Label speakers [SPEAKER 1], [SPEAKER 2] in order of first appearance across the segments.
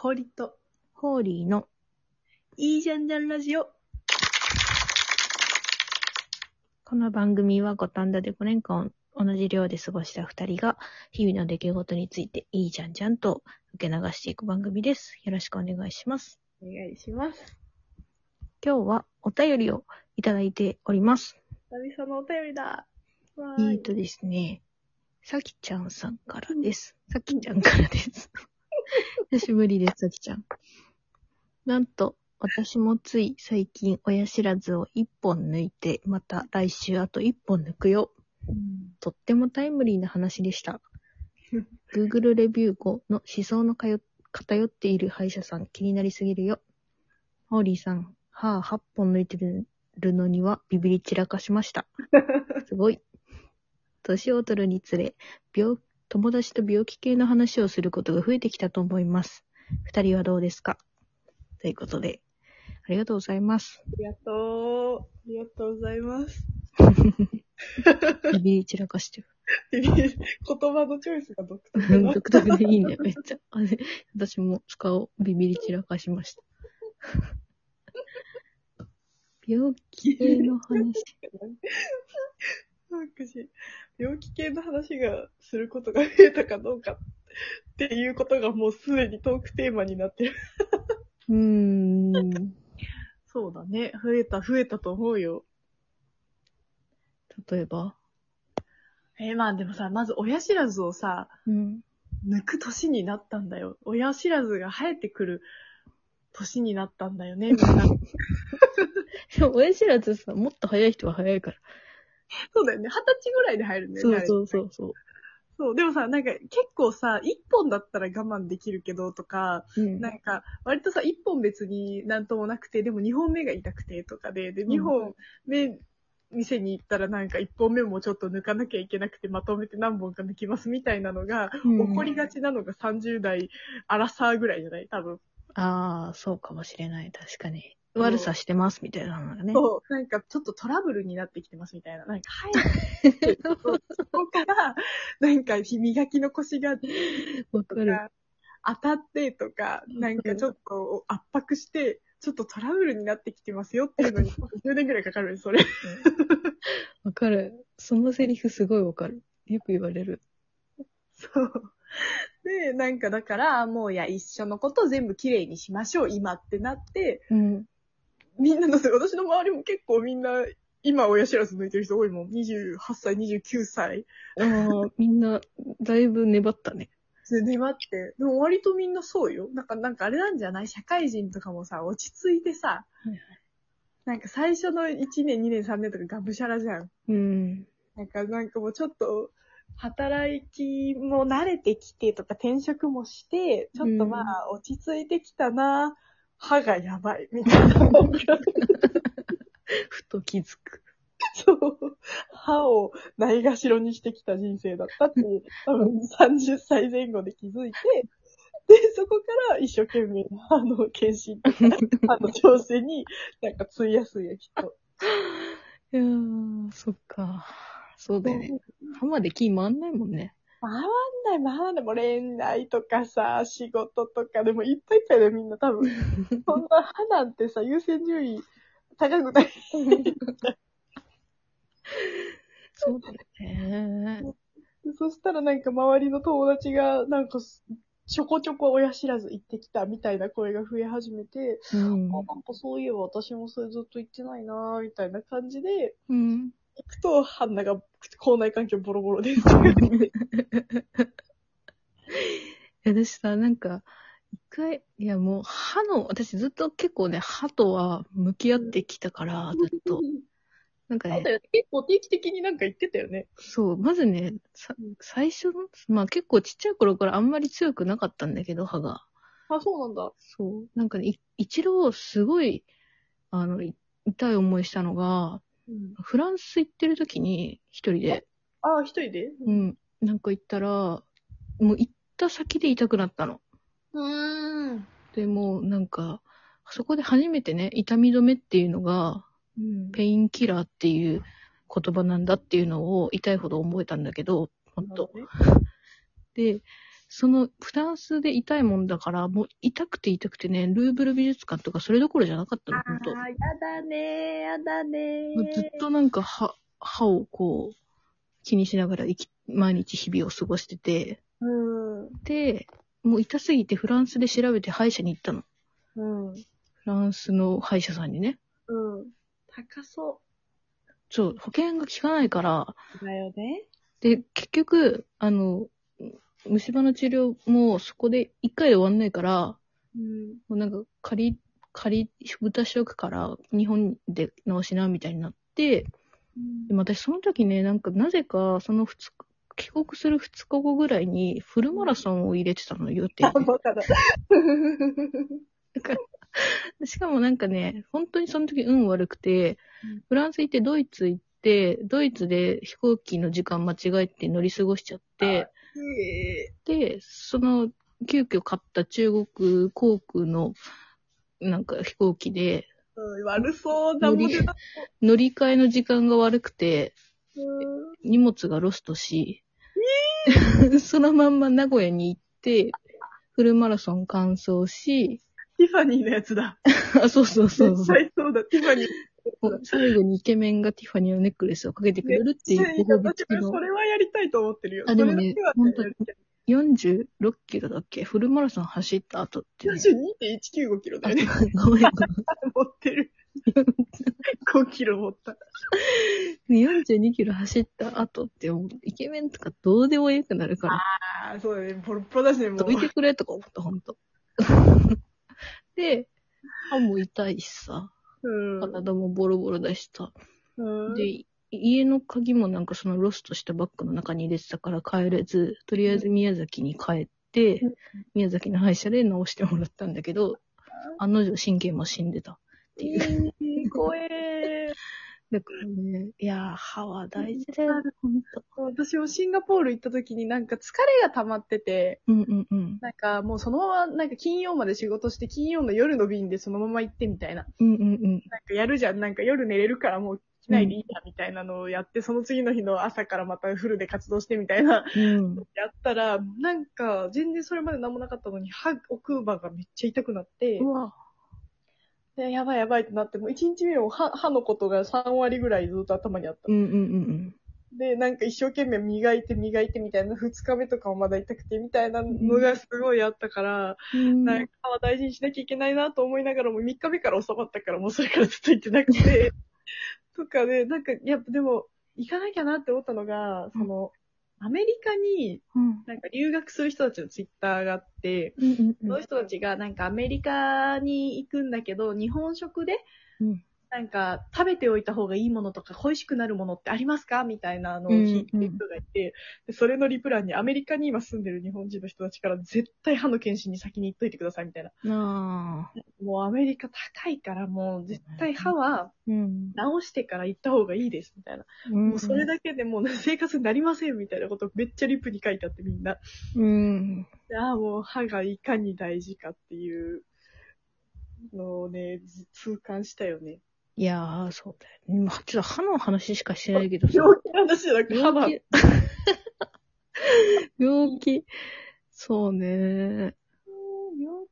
[SPEAKER 1] ほりと、
[SPEAKER 2] ホーリーの、
[SPEAKER 1] いいじゃんじゃんラジオ。
[SPEAKER 2] この番組は五反田で5年間同じ寮で過ごした2人が、日々の出来事についていいじゃんじゃんと受け流していく番組です。よろしくお願いします。
[SPEAKER 1] お願いします。
[SPEAKER 2] 今日はお便りをいただいております。
[SPEAKER 1] 久々のお便りだ。わ
[SPEAKER 2] え
[SPEAKER 1] ーい
[SPEAKER 2] ーとですね、さきちゃんさんからです。さきちゃんからです。久しぶりです、さきちゃん。なんと、私もつい最近親知らずを一本抜いて、また来週あと一本抜くよ。とってもタイムリーな話でした。Google レビュー後の思想のかよ偏っている歯医者さん気になりすぎるよ。ホーリーさん、歯8本抜いてるのにはビビり散らかしました。すごい。年を取るにつれ、病、友達と病気系の話をすることが増えてきたと思います。二人はどうですかということで、ありがとうござい ます。
[SPEAKER 1] ありがとう。ありがとうございます。
[SPEAKER 2] ビビり散らかしてる。
[SPEAKER 1] 言葉のチョイスが独特だな。
[SPEAKER 2] 独特でいいね、めっちゃ。あれ、私も使おう。ビビり散らかしました。病気系の話。
[SPEAKER 1] なんかし、病気系の話がすることが増えたかどうかっていうことがもうすでにトークテーマになってる。
[SPEAKER 2] うーん。
[SPEAKER 1] そうだね。増えた、増えたと思うよ。
[SPEAKER 2] 例えば
[SPEAKER 1] えーまあでもさ、まず親知らずをさ、
[SPEAKER 2] うん。
[SPEAKER 1] 抜く年になったんだよ。親知らずが生えてくる年になったんだよ ね、みんな。
[SPEAKER 2] でも親知らずさ、もっと早い人は早いから。
[SPEAKER 1] そうだよね。二十歳ぐらいで入るんだよ
[SPEAKER 2] そ
[SPEAKER 1] ね。。
[SPEAKER 2] うそうそううそう。
[SPEAKER 1] そう。でもさ、なんか結構さ、一本だったら我慢できるけどとか、
[SPEAKER 2] うん
[SPEAKER 1] なんか、割とさ、一本別になんともなくて、でも二本目が痛くてとかで、で、
[SPEAKER 2] ん
[SPEAKER 1] 二本目、店に行ったらなんか一本目もちょっと抜かなきゃいけなくて、まとめて何本か抜きますみたいなのが、起こりがちなのが30代、アラサーぐらいじゃない多分。
[SPEAKER 2] ああ、そうかもしれない。確かに。
[SPEAKER 1] そう
[SPEAKER 2] 悪さしてますみたいなのがね。
[SPEAKER 1] そう、なんかちょっとトラブルになってきてますみたいな。なんか、はい。そこから、 なんか磨き残しが
[SPEAKER 2] わかる。
[SPEAKER 1] 当たってとか、なんかちょっと圧迫して、ちょっとトラブルになってきてますよっていう のに、10年ぐらいかかるよそれ。
[SPEAKER 2] わかる。そのセリフすごいわかる。よく言われる。
[SPEAKER 1] そう。で、なんかだから、もういや、一緒のこと全部きれいにしましょう、今ってなって、
[SPEAKER 2] うん。
[SPEAKER 1] みんなの、私の周りも結構みんな、今親知らず抜いてる人多いもん。28歳、29歳。
[SPEAKER 2] ああ、みんな、だいぶ粘ったね。
[SPEAKER 1] で、粘って。でも割とみんなそうよ。なんか、なんかあれなんじゃない社会人とかもさ、落ち着いてさ
[SPEAKER 2] いはい、
[SPEAKER 1] なんか最初の1年、2年、3年とかがむしゃらじゃん。
[SPEAKER 2] うん。
[SPEAKER 1] なんか、なんかもうちょっと、働きも慣れてきてとか転職もして、ちょっとまあ、落ち着いてきたな、歯がやばい、みたいな。
[SPEAKER 2] ふと気づく。
[SPEAKER 1] そう。歯をないがしろにしてきた人生だったって、多分30歳前後で気づいて、で、そこから一生懸命、あの、検診 とか、あの、調整に、なんか費やすんや、きっと。
[SPEAKER 2] いやー、そっか。そうだよね。歯まで気回んないもんね。
[SPEAKER 1] 回んない、回んない。もう恋愛とかさ、仕事とか、でもいっぱいいっぱいでみんな多 分。そんな歯なんてさ、優先順位高くない。
[SPEAKER 2] そうだよね。
[SPEAKER 1] そしたらなんか周りの友達が、なんか、ちょこちょこ親知らず行ってきたみたいな声が増え始めて、
[SPEAKER 2] うん
[SPEAKER 1] あ、なんかそういえば私もそれずっと言ってないなーみたいな感じで、
[SPEAKER 2] うん。
[SPEAKER 1] 行くと、ハンナが口内環境ボロボロ です。
[SPEAKER 2] 私さ、なんか、一回、いやもう歯の、私ずっと結構ね、歯とは向き合ってきたから、ずっと。なんか
[SPEAKER 1] そう
[SPEAKER 2] ね
[SPEAKER 1] だ、よね結構定期的になんか言ってたよね。
[SPEAKER 2] そう、まずね、さ最初の、まあ結構ちっちゃい頃からあんまり強くなかったんだけど、歯が。
[SPEAKER 1] あ、そうなんだ。
[SPEAKER 2] そう。なんかね、い一度すごい、あの、い痛い思いしたのが、フランス行ってる時に一人で、
[SPEAKER 1] あ、一人で
[SPEAKER 2] うん、なんか行ったら、もう行った先で痛くなったの。
[SPEAKER 1] うん。
[SPEAKER 2] でもうなんか、そこで初めてね、痛み止めっていうのが、
[SPEAKER 1] うん。
[SPEAKER 2] ペインキラーっていう言葉なんだっていうのを痛いほど覚えたんだけど、本当。で、そのフランスで痛いもんだから、もう痛くて痛くてね、ルーブル美術館とかそれどころじゃなかったの、本当
[SPEAKER 1] あー、やだねー、やだね
[SPEAKER 2] もうずっとなんか歯、歯をこう、気にしながら生き、毎日日々を過ごしてて、
[SPEAKER 1] うん。
[SPEAKER 2] で、もう痛すぎてフランスで調べて歯医者に行ったの。
[SPEAKER 1] うん。
[SPEAKER 2] フランスの歯医者さんにね。
[SPEAKER 1] うん。高そ
[SPEAKER 2] そう、保険が効かないから、
[SPEAKER 1] う。だよね。
[SPEAKER 2] で、結局、あの、虫歯の治療もそこで一回で終わんないから、
[SPEAKER 1] うん。
[SPEAKER 2] もうなんか仮、仮、豚しとくから日本で直しな、みたいになって、でも私その時ね、なんかなぜか、その二日、帰国する2日後ぐらいにフルマラソンを入れてたのよって。
[SPEAKER 1] あ、バカだ。
[SPEAKER 2] しかもなんかね、本当にその時運悪くて
[SPEAKER 1] うん、
[SPEAKER 2] フランス行ってドイツ行って、ドイツで飛行機の時間間違えて乗り過ごしちゃって、
[SPEAKER 1] え
[SPEAKER 2] で、その急遽買った中国航空のなんか飛行機で、
[SPEAKER 1] ーうん、悪そうなもんでな。
[SPEAKER 2] 乗り換えの時間が悪くて、
[SPEAKER 1] うん
[SPEAKER 2] 荷物がロストし、 そのまんま名古屋に行って、フルマラソン完走し、
[SPEAKER 1] ティファニーのやつだ。
[SPEAKER 2] あ、そうそうそう
[SPEAKER 1] 絶
[SPEAKER 2] そう。
[SPEAKER 1] 対そうだ、ティファニー。
[SPEAKER 2] 最後にイケメンがティファニーのネックレスをかけてくれるっていうご褒美
[SPEAKER 1] 私
[SPEAKER 2] 付きの
[SPEAKER 1] それはやりたいと思ってるよ。
[SPEAKER 2] あでもね
[SPEAKER 1] それだけはやりたい
[SPEAKER 2] 46キロだっけフルマラソン走った後って、ね。
[SPEAKER 1] 42.195キロだよね。
[SPEAKER 2] ごめん
[SPEAKER 1] 持って る。5キロ持った。
[SPEAKER 2] 42キロ走った後って、もうイケメンとかどうでもよくなるから、
[SPEAKER 1] ああ、そうだね。ボロッボロだしね、もう
[SPEAKER 2] ど。いてくれとか思った、ほんと。 で、歯も痛いしさ、
[SPEAKER 1] うん。
[SPEAKER 2] 体もボロボロだしさ。
[SPEAKER 1] うん
[SPEAKER 2] で、家の鍵もなんかそのロストしたバッグの中に入れてたから帰れず、とりあえず宮崎に帰って
[SPEAKER 1] うん、
[SPEAKER 2] 宮崎の歯医者で直してもらったんだけど、案の定神経も死んでたっていう。
[SPEAKER 1] えー怖えー。
[SPEAKER 2] だからね、いやー、歯は大事だよ、ほんと。
[SPEAKER 1] 私もシンガポール行った時になんか疲れが溜まってて、
[SPEAKER 2] うんうんうん。
[SPEAKER 1] なんかもうそのままなんか金曜まで仕事して金曜の夜の便でそのまま行ってみたいな。
[SPEAKER 2] うんうんうん。
[SPEAKER 1] なんかやるじゃん。なんか夜寝れるからもう来ないでいいやみたいなのをやって、その次の日の朝からまたフルで活動してみたいな。
[SPEAKER 2] うん。
[SPEAKER 1] やったら、なんか全然それまで何もなかったのに歯、奥歯がめっちゃ痛くなって、
[SPEAKER 2] うわ。
[SPEAKER 1] でやばいやばいってなって、もう1日目も歯歯のことが3割ぐらいずっと頭にあった。
[SPEAKER 2] うんうんうん
[SPEAKER 1] で、なんか一生懸命磨いて磨いてみたいな、二日目とかもまだ痛くてみたいなのがすごいあったから、
[SPEAKER 2] うん。
[SPEAKER 1] なんか歯は大事にしなきゃいけないなと思いながらも三日目から収まったからもうそれからずっと行ってなく て、とかで、なんか、いや、でも、行かなきゃなって思ったのが、その、アメリカに
[SPEAKER 2] うん。
[SPEAKER 1] なんか留学する人たちのツイッターがあって、
[SPEAKER 2] うんうんう
[SPEAKER 1] そ
[SPEAKER 2] ん
[SPEAKER 1] の人たちがなんかアメリカに行くんだけど、日本食で
[SPEAKER 2] うん
[SPEAKER 1] なんか食べておいた方がいいものとか恋しくなるものってありますかみたいなのを聞いてる人がいて、でそれのリプランにアメリカに今住んでる日本人の人たちから絶対歯の検診に先に行っといてくださいみたいな。
[SPEAKER 2] なあ。
[SPEAKER 1] もうアメリカ高いからもう絶対歯は
[SPEAKER 2] うん。
[SPEAKER 1] 治してから行った方がいいですみたいな。
[SPEAKER 2] うん
[SPEAKER 1] もうそれだけでもう生活になりませんみたいなことをめっちゃリプに書いてあってみんな。
[SPEAKER 2] うん。
[SPEAKER 1] ああ、もう歯がいかに大事かっていうのをね、ず痛感したよね。
[SPEAKER 2] いやー、そうだよね。まあちょっと歯の話しかしてないけどさ。
[SPEAKER 1] 病気の話じゃなくて歯の
[SPEAKER 2] 病気。 病気。そうね。
[SPEAKER 1] 病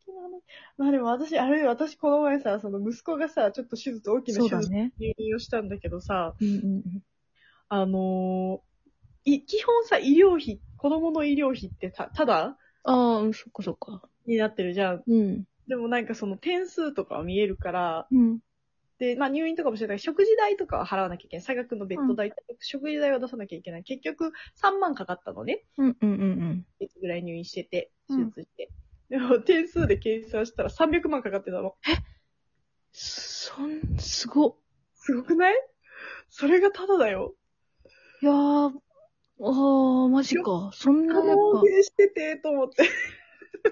[SPEAKER 1] 気の話。まあでも私、あれ、私この前さ、その息子がさ、ちょっと手術、大きな
[SPEAKER 2] そう
[SPEAKER 1] 手
[SPEAKER 2] だ
[SPEAKER 1] 術
[SPEAKER 2] ね。
[SPEAKER 1] 入院をしたんだけどさ、
[SPEAKER 2] うんうん
[SPEAKER 1] あのーい、基本さ、医療費、子供の医療費ってた、ただ
[SPEAKER 2] うん。ああ、そっかそっか。
[SPEAKER 1] になってるじゃん。
[SPEAKER 2] うん。
[SPEAKER 1] でもなんかその点数とかは見えるから、
[SPEAKER 2] うん。
[SPEAKER 1] で、まあ入院とかもしてない食事代とかは払わなきゃいけない。差額のベッド代、食事代は出さなきゃいけない。結局3万かかったのね。
[SPEAKER 2] うんうんうん
[SPEAKER 1] いつぐらい入院してて、手
[SPEAKER 2] うん
[SPEAKER 1] 術して。でも点数で計算したら300万かかってたの。
[SPEAKER 2] そん、すごっ。
[SPEAKER 1] すごくないそれがタダだよ。
[SPEAKER 2] いやー、あー、マジか。そんなやっ
[SPEAKER 1] 納税してて、と思って。
[SPEAKER 2] ぱ、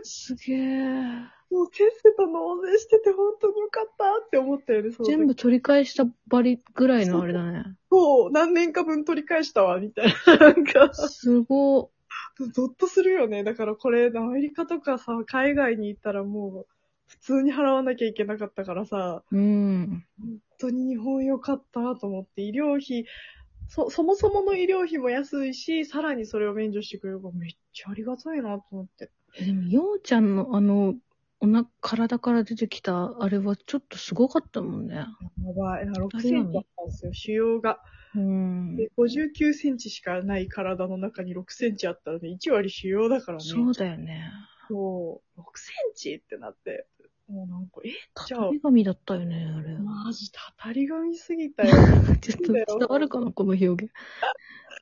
[SPEAKER 2] すげー。
[SPEAKER 1] もうせっせと納税してて本当によかったって思ったよね、その時
[SPEAKER 2] 全部取り返したばりぐらいのあれだね。
[SPEAKER 1] そう、何年か分取り返したわ、みたいな。なんか、
[SPEAKER 2] すごっ。
[SPEAKER 1] ゾッとするよね。だからこれ、アメリカとかさ、海外に行ったらもう、普通に払わなきゃいけなかったからさ、
[SPEAKER 2] うん。
[SPEAKER 1] 本当に日本良かったと思って、医療費、そ、そもそもの医療費も安いし、さらにそれを免除してくれるからめっちゃありがたいなと思って。
[SPEAKER 2] えでも、ようちゃんのあの、おな、体から出てきた、あれはちょっとすごかったもんね。
[SPEAKER 1] やばい。6センチだったんですよ、腫瘍が。
[SPEAKER 2] うん。
[SPEAKER 1] で、59センチしかない体の中に6センチあったらね、1割腫瘍だからね。
[SPEAKER 2] そうだよね。
[SPEAKER 1] そう。6センチってなって。もうなんか、え、じゃあ
[SPEAKER 2] 畳紙だったよね、あれ。
[SPEAKER 1] マジ、たたり紙すぎたよ。
[SPEAKER 2] ちょっと伝わるかな、この表現。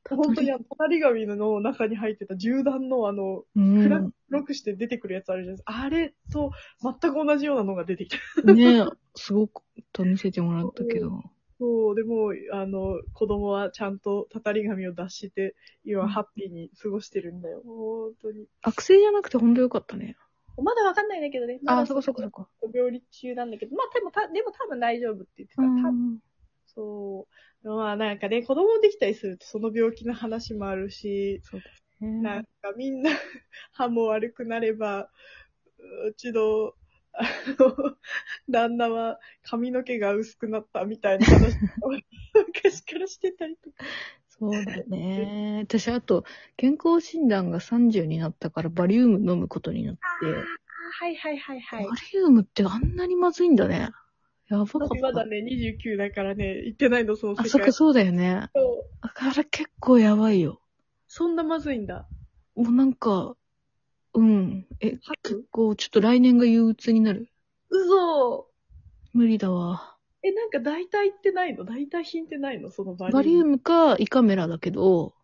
[SPEAKER 1] 本当にあの、たたり紙の中に入ってた銃弾のあの、
[SPEAKER 2] うん。
[SPEAKER 1] 黒くして出てくるやつあるじゃないですか。あれと全く同じようなのが出てきた。
[SPEAKER 2] ねすごくと見せてもらったけど。
[SPEAKER 1] そう、でも、あの、子供はちゃんとたたり紙を出して、今、ハッピーに過ごしてるんだよ。本当に。
[SPEAKER 2] 悪性じゃなくてほんとよかったね。
[SPEAKER 1] まだわかんないんだけどね。
[SPEAKER 2] あ、そこそこそこ。
[SPEAKER 1] 病理中なんだけど、まあ、でも、た、でも多分大丈夫って言ってた。
[SPEAKER 2] う
[SPEAKER 1] 多
[SPEAKER 2] ん
[SPEAKER 1] 分そう。まあなんかね、子供できたりするとその病気の話もあるし、なんかみんな 歯も悪くなれば、うちの、 あの、旦那は髪の毛が薄くなったみたいな話を昔からしてたりとか。
[SPEAKER 2] そうだね。私、あと、健康診断が30になったから、バリウム飲むことになって、
[SPEAKER 1] はいはいはいは
[SPEAKER 2] バリウムってあんなにまずいんだね。やばかっ
[SPEAKER 1] まだ
[SPEAKER 2] た。
[SPEAKER 1] ね、29だからね、行ってないの、その世
[SPEAKER 2] あ、
[SPEAKER 1] 界。
[SPEAKER 2] そっか、そうだよね。
[SPEAKER 1] そう
[SPEAKER 2] あれ結構やばいよ。
[SPEAKER 1] そんなまずいんだ。
[SPEAKER 2] もうなんか、うん。え、
[SPEAKER 1] 吐く
[SPEAKER 2] 結構、ちょっと来年が憂鬱になる。
[SPEAKER 1] 嘘
[SPEAKER 2] 無理だわ。
[SPEAKER 1] え、なんか代替ってないの代替品ってないのそのバ
[SPEAKER 2] バリウ
[SPEAKER 1] ム。
[SPEAKER 2] ムか胃カメラだけど、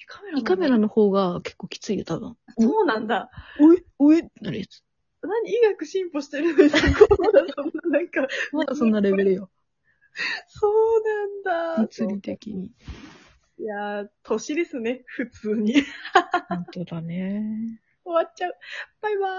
[SPEAKER 1] 胃カメラ
[SPEAKER 2] 胃カメラの方が結構きついよ、多分。
[SPEAKER 1] そうなんだ。
[SPEAKER 2] おい、おいってなるやつ。
[SPEAKER 1] 何医学進歩してるのに、まだそんな、なんか、
[SPEAKER 2] まだそんなレベルよ。
[SPEAKER 1] そうなんだ。
[SPEAKER 2] 物理的に。
[SPEAKER 1] いやー、年ですね、普通に。終
[SPEAKER 2] 本当だね。
[SPEAKER 1] わっちゃう。バイバイ。